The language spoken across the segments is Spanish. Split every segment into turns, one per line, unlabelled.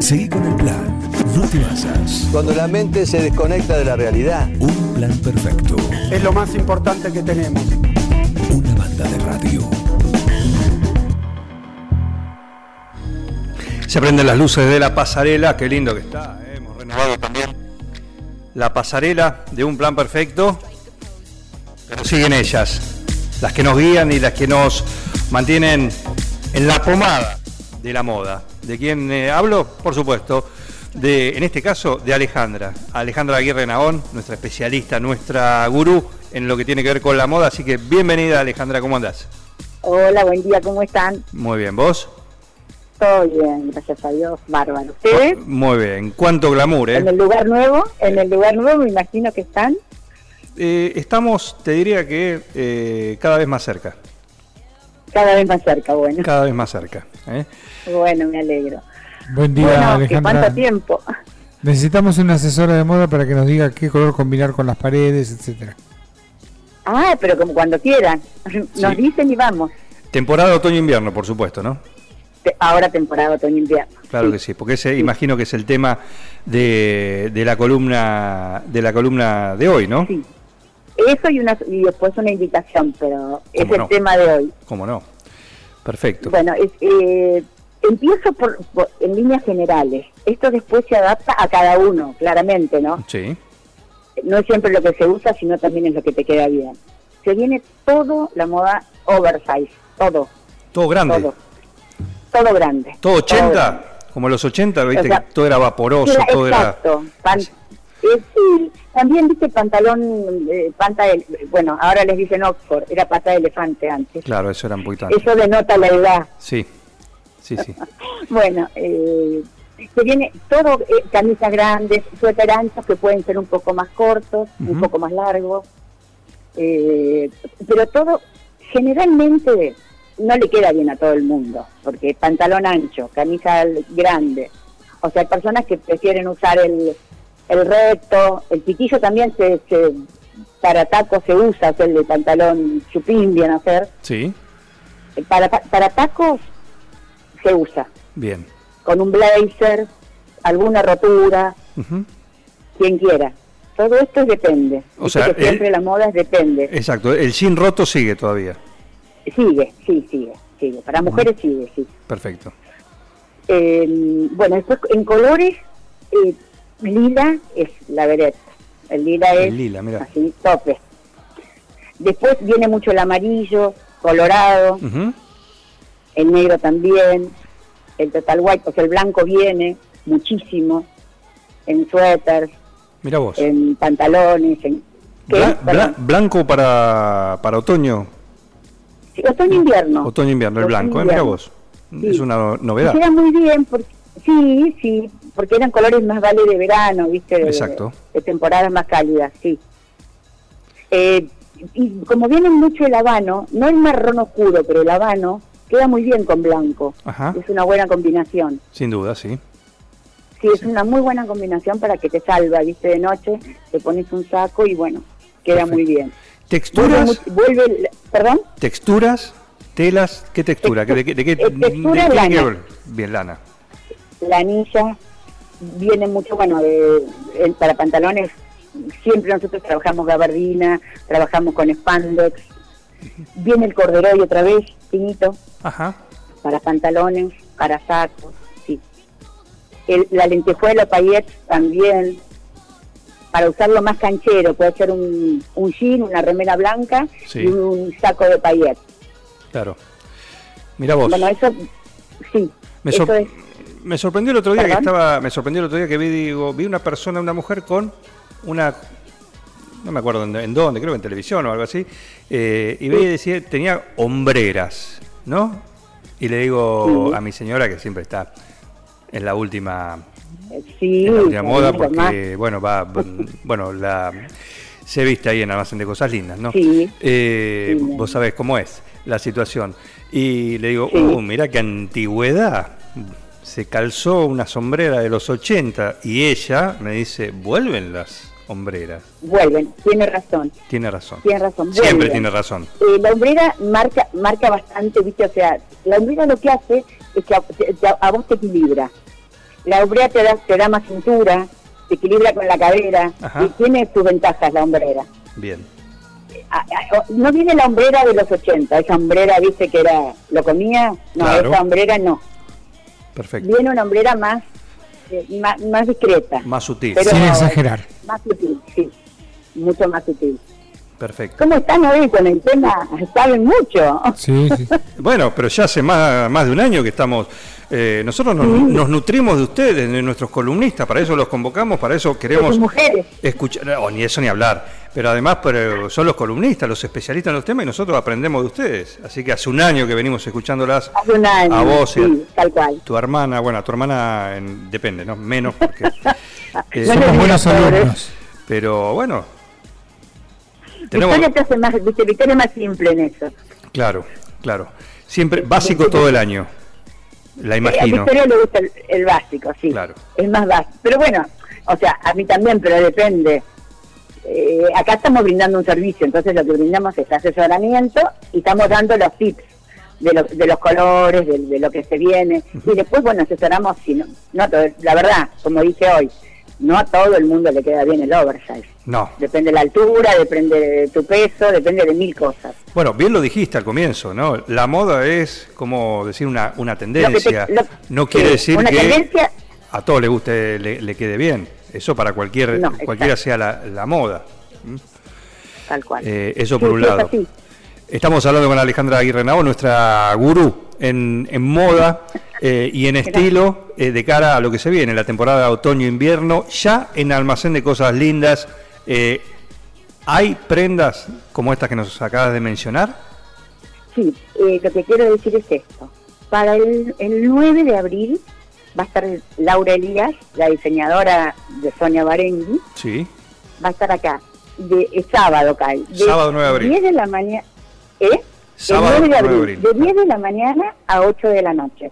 Seguí con el plan. No te basas.
Cuando la mente se desconecta de la realidad.
Un plan perfecto.
Es lo más importante que tenemos.
Una banda de radio.
Se prenden las luces de la pasarela, qué lindo que está. eh, Hemos renovado también la pasarela de un plan perfecto. Pero siguen ellas, las que nos guían y las que nos mantienen en la pomada de la moda. ¿De quién eh, hablo? Por supuesto, de, en este caso, de Alejandra. Alejandra Aguirre Nahón, nuestra especialista, nuestra gurú en lo que tiene que ver con la moda. Así que bienvenida, Alejandra, ¿cómo andás?
Hola, buen día, ¿cómo están?
Muy bien, ¿vos?
Todo bien, gracias a Dios, bárbaro. ¿Ustedes?
Muy bien. ¿Cuánto glamour, eh?
En el lugar nuevo, en el lugar nuevo me imagino que están.
Eh, estamos, te diría que eh, cada vez más cerca.
Cada vez más cerca, bueno.
Cada vez más cerca. ¿eh?
Bueno, me alegro.
Buen día,
bueno, ¿qué
Alejandra.
¿cuánto tiempo?
Necesitamos una asesora de moda para que nos diga qué color combinar con las paredes, etcétera.
Ah, pero como cuando quieran. Nos
Sí.
dicen y vamos.
Temporada otoño-invierno, por supuesto, ¿no?
Te- Ahora temporada otoño-invierno.
Claro que sí, porque ese imagino que es el tema de, de la columna de la columna de hoy, ¿no?
Sí. Eso y, una, y después una invitación, pero es
¿Cómo
el
no?
tema de hoy.
¿Cómo no? Perfecto.
Bueno, es- eh, empiezo por, por- en líneas generales. Esto después se adapta a cada uno, claramente, ¿no?
Sí,
no es siempre lo que se usa, sino también es lo que te queda bien. Se viene todo la moda oversize, todo,
todo grande.
todo. Todo grande.
Todo
grande.
80, como los 80, viste
O sea,
que todo era vaporoso,
Era-
todo era...
exacto. Pan- eh, sí, también viste pantalón, eh, panta de- bueno, ahora les dicen Oxford, era pata de elefante antes.
Claro, eso era un poquito antes.
Eso denota la edad.
Sí, sí, sí.
Bueno, eh, se viene todo, eh, camisas grandes, suéter anchos que pueden ser un poco más cortos, un
Ujú.
poco más largos, eh, pero todo generalmente no le queda bien a todo el mundo, porque pantalón ancho, camisa l- grande, o sea, hay personas que prefieren usar el, el recto, el pitillo también se, se- para tacos se usa, o sea, el de pantalón chupín, bien hacer,
Sí,
para, pa- para tacos se usa
bien.
con un blazer, alguna rotura,
Ujú.
quien quiera. Todo esto es depende.
O
Viste
sea, eh,
que siempre
el-
la moda es depende.
Exacto, el jean roto sigue todavía. eh.
Sigue, sí, sigue, sigue. Para mujeres sigue, sí.
Perfecto.
Eh, bueno, después en colores, eh, lila es la vereda. El lila es
El lila, mira.
así, tope. Después viene mucho el amarillo, colorado,
Ujú.
el negro también, el total white, o sea, el blanco viene muchísimo, en suéteres,
Mira vos.
en pantalones, en... ¿Qué?
Bla- bla-
Perdón.
blanco para, para otoño,
Sí, otoño-invierno.
otoño-invierno, el blanco, ¿eh? mira vos. Es una no- novedad.
Queda muy bien, porque, sí, sí, porque eran colores más vale de verano, ¿viste? De,
Exacto.
De temporadas más cálidas, sí. Eh, y como viene mucho el habano, no el marrón oscuro, pero el habano, queda muy bien con blanco.
Ajá.
Es una buena combinación.
Sin duda, sí.
Sí, es una muy buena combinación para que te salva, ¿viste? De noche, te pones un saco y bueno, queda muy bien. Vuelve,
Texturas,
mu- vuelve el- ¿Perdón?
texturas, telas, ¿qué textura? ¿De, qué- de qué-
Eh, textura
de qué
lana.
nivel? Bien, lana.
la anilla viene mucho, bueno, de, el- para pantalones siempre nosotros trabajamos gabardina, trabajamos con spandex, viene el corderoy otra vez, finito,
Ajá.
para pantalones, para sacos, sí. El- la lentejuela payet también, para usarlo más canchero, puede ser un, un jean, una remera blanca
Sí.
y un saco de payet.
Claro. Mira vos.
Bueno, eso sí,
me,
eso
sor-
es
me sorprendió el otro día que
Perdón.
estaba, me sorprendió el otro día que vi, digo, vi una persona, una mujer con una no me acuerdo en, en dónde, creo que en televisión o algo así, eh, y veía y decía, tenía hombreras, ¿no? Y le digo
Sí.
a mi señora que siempre está en la última
eh, sí,
en la última
también
moda
lo más-
porque bueno va b- bueno la se viste ahí en almacén de cosas lindas no
Sí.
Eh,
Sí,
vos sabés cómo es la situación y le digo
Sí.
uh, mira qué antigüedad se calzó una sombrera de los 80 y ella me dice vuelven las hombreras
vuelven, tiene razón.
tiene razón
Tiene razón.
siempre
vuelve.
tiene razón
Eh, la hombrera marca marca bastante, ¿viste? O sea, la hombrera lo que hace es que a, te- te- a vos te equilibra. La umbrea te da, te da más cintura, se equilibra con la cadera,
Ajá.
y tiene sus ventajas la hombrera.
Bien.
A- a- o- No viene la hombrera de los 80, esa hombrera, viste que era, lo comía, no,
Claro.
esa hombrera no.
Perfecto.
Viene una hombrera más, eh, ma- más, discreta.
Más sutil.
Pero- eh.
Sin exagerar.
Más sutil, sí. Mucho más sutil.
Perfecto.
¿Cómo están hoy con el tema? Saben mucho.
Sí, sí.
Bueno, pero ya hace más, más de un año que estamos. eh, nosotros nos, nos nutrimos de ustedes, de nuestros columnistas, para eso los convocamos, para eso
De
queremos
sus mujeres.
escuchar, o ni eso ni hablar, pero además pero son los columnistas, los especialistas en los temas y nosotros aprendemos de ustedes. Así que hace un año que venimos escuchándolas
Hace un año.
a vos y a-
sí, tal cual.
tu hermana, bueno, a tu hermana en- depende, ¿no? Menos porque... eh,
No le
Somos
digas,
buenos
pobre.
alumnos.
pero bueno, tenemos...
Victoria te hace más, viste, Victoria es más simple en eso. Eh,
Claro, claro. Siempre básico todo el año, la
A
imagino.
Victoria le gusta el, el básico, sí.
Claro.
Es más básico. Pero bueno, o sea, a mí también, pero depende. Eh, acá estamos brindando un servicio, entonces lo que brindamos es asesoramiento y estamos dando los tips de, lo- de los colores, de, de lo que se viene. Y después, bueno, asesoramos, si no, no todo- la verdad, como dije hoy, no a todo el mundo le queda bien el oversize.
No.
Depende de la altura, depende de tu peso, depende de mil cosas.
Bueno, bien lo dijiste al comienzo, ¿no? La moda es como decir una, una
Lo que te-
tendencia.
lo-
no
sí,
quiere decir
una
que
tendencia-
a todos le guste, le, le quede bien. Eso para cualquier,
No,
cualquiera
exacto.
sea la, la moda.
Tal cual.
Eh, eso por
Sí,
un
sí, es
lado.
así.
Estamos hablando con Alejandra Aguirre Nao, nuestra gurú en, en moda eh, y en estilo eh, de cara a lo que se viene, la temporada otoño-invierno, ya en almacén de cosas lindas. eh, ¿Hay prendas como estas que nos acabas de mencionar?
Sí, eh, lo que quiero decir es esto. Para el, el 9 de abril va a estar Laura Elías, la diseñadora de Sonia Barengui,
Sí.
va a estar acá. De, es sábado, cae. De
Sábado 9 de abril.
10 de la mañana. ¿Eh?
Sábado 9
el 9 de
de
abril,
abril.
De 10 de la mañana a 8 de la noche.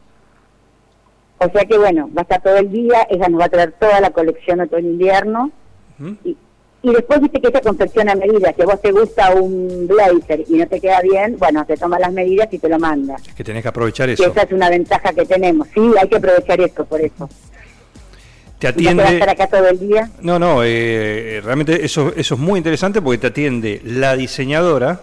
O sea que bueno, va a estar todo el día, ella nos va a traer toda la colección otoño-invierno.
Ujú.
Y, y después viste que ella confecciona medidas, si a vos te gusta un blazer y no te queda bien, bueno, te toma las medidas y te lo manda.
Que tenés que aprovechar
Que
eso.
esa es una ventaja que tenemos, sí, hay que aprovechar esto por eso.
Te
Y no te va a
atiende.
estar acá todo el día,
No, no, eh, realmente eso, eso es muy interesante porque te atiende la diseñadora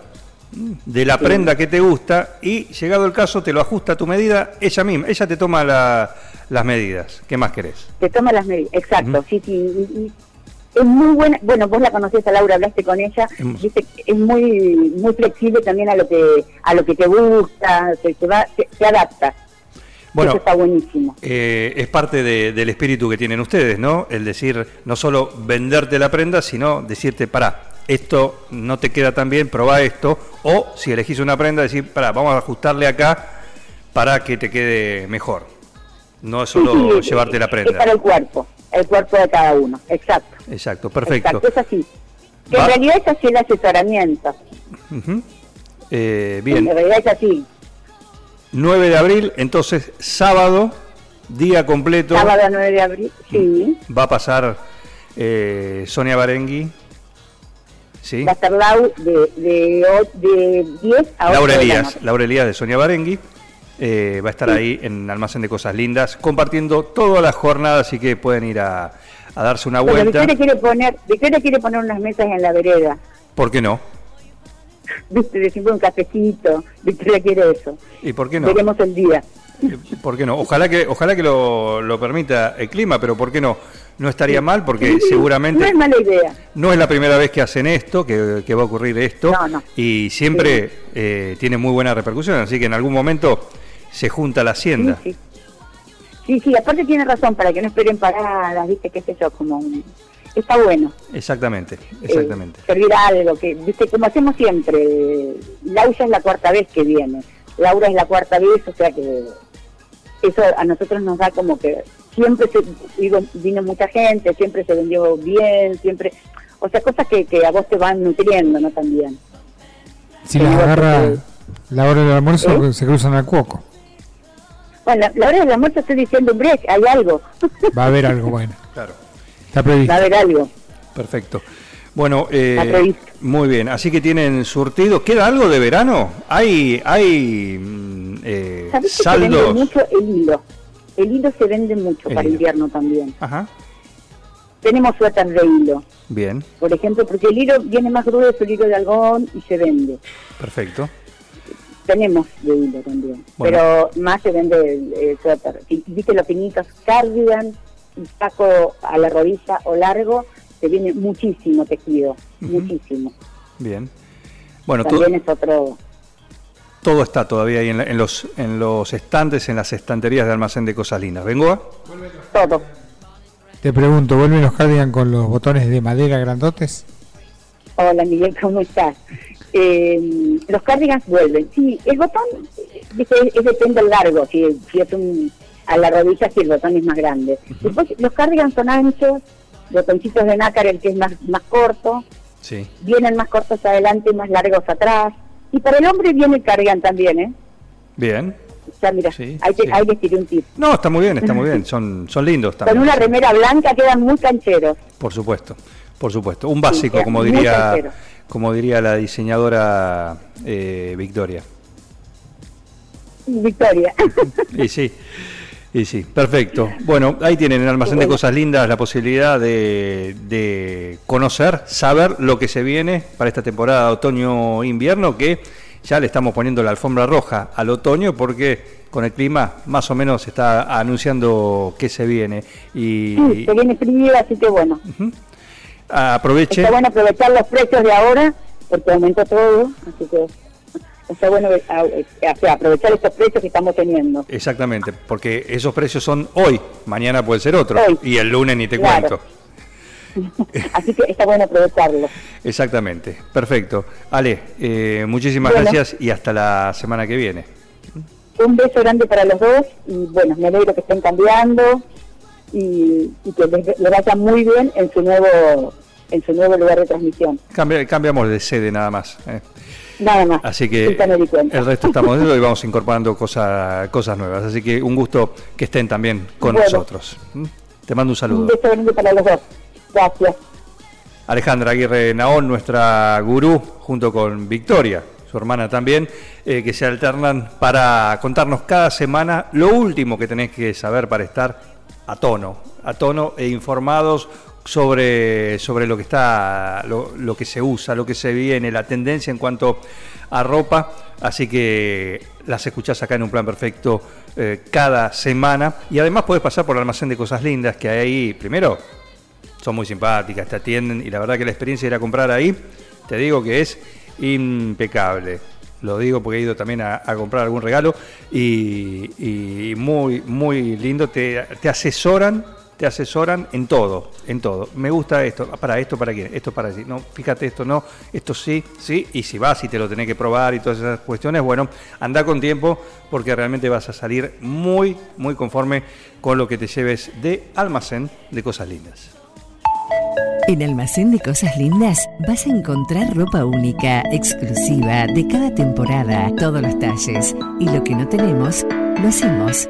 de la prenda que te gusta y llegado el caso te lo ajusta a tu medida ella misma, ella te toma la- las medidas. ¿Qué más querés?
te toma las medidas, exacto, sí, sí. y- y- es muy buena, bueno, vos la conocés a Laura, hablaste con ella,
Hemos-
viste, que es muy muy flexible también a lo que a lo que te gusta, se, se va, se, se adapta.
Bueno,
eso está buenísimo.
eh, es parte de- del espíritu que tienen ustedes, ¿no? El decir, no solo venderte la prenda, sino decirte, pará, esto no te queda tan bien, probá esto. O si elegís una prenda, decir, pará, vamos a ajustarle acá para que te quede mejor. No es solo
Sí, sí,
llevarte la
Es para
prenda.
el cuerpo, el cuerpo de cada uno, exacto.
Exacto, perfecto.
Exacto, es así. Que
Va-
en realidad es así el asesoramiento.
Ujú. Eh, bien,
En realidad es así.
9 de abril, entonces sábado, día completo,
Sábado 9 de abril,
Mm.
sí.
va a pasar eh, Sonia Barengui. ¿Sí?
Va a estar Lau de, de, o- de 10 a 8
Laura
de la
Elías,
noche.
Laura Elías de Sonia Barengui. eh, va a estar ahí en Almacén de Cosas Lindas compartiendo toda la jornada, así que pueden ir a, a darse una
Pero
vuelta.
Victoria quiere, poner, Victoria quiere poner unas mesas en la vereda.
¿Por qué no?
Viste, decimos un cafecito. Victoria quiere eso.
¿Y por qué no? Eh,
Veremos el día.
¿Por qué no? Ojalá que, ojalá que lo, lo permita el clima, pero ¿por qué no? No estaría mal porque
Sí, No
seguramente
es mala idea.
no es la primera vez que hacen esto, que, que va a ocurrir esto,
No, no.
y siempre eh, tiene muy buena repercusión, así que en algún momento se junta la hacienda.
Sí, sí. Sí, sí, aparte tiene razón, para que no esperen paradas, viste, qué sé yo, como un- Está bueno.
Exactamente,
eh,
exactamente.
servir algo, que, viste, como hacemos siempre. eh, Laura es la cuarta vez que viene. Laura es la cuarta vez, o sea que eso a nosotros nos da como que siempre se, digo, vino mucha gente, siempre se vendió bien, siempre... O sea, cosas que, que a vos te van nutriendo, ¿no? También.
Si las agarra la hora del almuerzo,
¿Eh?
se cruzan al cuoco.
Bueno, la hora de la muerte estoy diciendo, hombre, hay algo,
Va a haber algo bueno.
Claro.
va
Está
a
previsto.
haber algo.
Perfecto. Bueno, eh,
Está previsto.
muy bien. Así que tienen surtido. ¿Queda algo de verano? ¿Hay, hay mm, eh,
¿Sabés que se vende
saldos?
mucho el hilo? El hilo se vende mucho
El
para
hilo.
invierno también.
Ajá.
Tenemos suéter de hilo,
Bien,
por ejemplo, porque el hilo viene más grueso, el hilo de algodón, y se vende.
perfecto.
Tenemos de hilo también,
Bueno.
pero más se vende el, el suéter. Si viste los pinitos, cardigan, un saco a la rodilla o largo, te viene muchísimo tejido, muchísimo.
Bien. Bueno, to-
también es otro...
todo está todavía ahí en, la- en los, en los estantes, en las estanterías de almacén de cosas lindas. ¿Vengo?
Todo.
Te pregunto, ¿vuelven los cardigan con los botones de madera grandotes?
Hola Miguel, ¿cómo estás? Eh, los cardigans vuelven. Sí, el botón eh, viste, es, es depende del largo, si, si es un, a la rodilla, si el botón es más grande. Después, los cardigans son anchos, botoncitos de nácar, el que es más, más corto,
Sí.
vienen más cortos adelante y más largos atrás. Y para el hombre viene el cardigan también, ¿eh?
Bien.
Ya, mira,
Sí,
ahí, te-
sí.
ahí les tiré un tip.
No, está muy bien, está muy bien. Son, son lindos también.
Con una remera blanca quedan muy cancheros.
Por supuesto, por supuesto. Un básico,
Sí,
como
muy
diría,
sincero.
como diría la diseñadora eh, Victoria.
Victoria.
Y sí, y sí, perfecto. Bueno, ahí tienen en Almacén de Cosas Lindas la posibilidad de, de conocer, saber lo que se viene para esta temporada otoño-invierno, que ya le estamos poniendo la alfombra roja al otoño porque con el clima más o menos está anunciando que se viene. Y
sí, se viene frío, así que bueno.
aproveche.
Está bueno aprovechar los precios de ahora, porque aumentó todo, así que está bueno eh, ah, eh, o sea, aprovechar estos precios que estamos teniendo.
Exactamente, porque esos precios son hoy, mañana puede ser otro,
Hoy.
y el lunes ni te
Claro.
cuento.
Así que está bueno aprovecharlo.
Exactamente, perfecto. Ale, eh, muchísimas
Bueno.
gracias y hasta la semana que viene.
Un beso grande para los dos y bueno, me alegro que estén cambiando y, y que les, les vaya muy bien en su nuevo en su nuevo lugar de transmisión.
Cambia- cambiamos de sede nada más. ¿eh?
Nada más.
Así que
Nunca me di cuenta.
el resto estamos dentro y vamos incorporando cosa- cosas nuevas. Así que un gusto que estén también con
Bueno.
nosotros. ¿Mm? Te mando un
Un
saludo.
beso grande para los dos. Gracias.
Alejandra Aguirre Naón, nuestra gurú, junto con Victoria, su hermana también, eh, que se alternan para contarnos cada semana lo último que tenés que saber para estar a tono, a tono e informados sobre, sobre lo que está, lo, lo que se usa, lo que se viene, la tendencia en cuanto a ropa. Así que las escuchás acá en un plan perfecto eh, cada semana. Y además podés pasar por el almacén de cosas lindas que hay ahí. Primero, son muy simpáticas, te atienden y la verdad que la experiencia de ir a comprar ahí, te digo que es impecable. Lo digo porque he ido también a, a comprar algún regalo y, y muy, muy lindo. Te, te asesoran, te asesoran en todo, en todo. Me gusta esto, ah, para esto, para quién, esto para allí. No, fíjate esto, no, esto sí, sí. Y si vas y te lo tenés que probar y todas esas cuestiones, bueno, anda con tiempo porque realmente vas a salir muy, muy conforme con lo que te lleves de almacén de cosas lindas.
En Almacén de Cosas Lindas vas a encontrar ropa única, exclusiva, de cada temporada, todos los talles. Y lo que no tenemos, lo hacemos.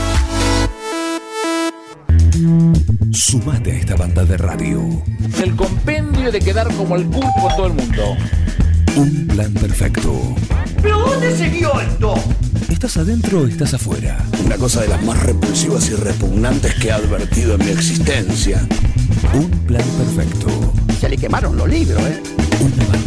Sumate a esta banda de radio.
el compendio de quedar como el cool con todo el mundo.
Un plan perfecto. ¿Pero dónde se vio esto? ¿Estás adentro o estás afuera?
Una cosa de las más repulsivas y repugnantes que he advertido en mi existencia.
Un plan perfecto.
Se le quemaron los libros, ¿eh?
Una banda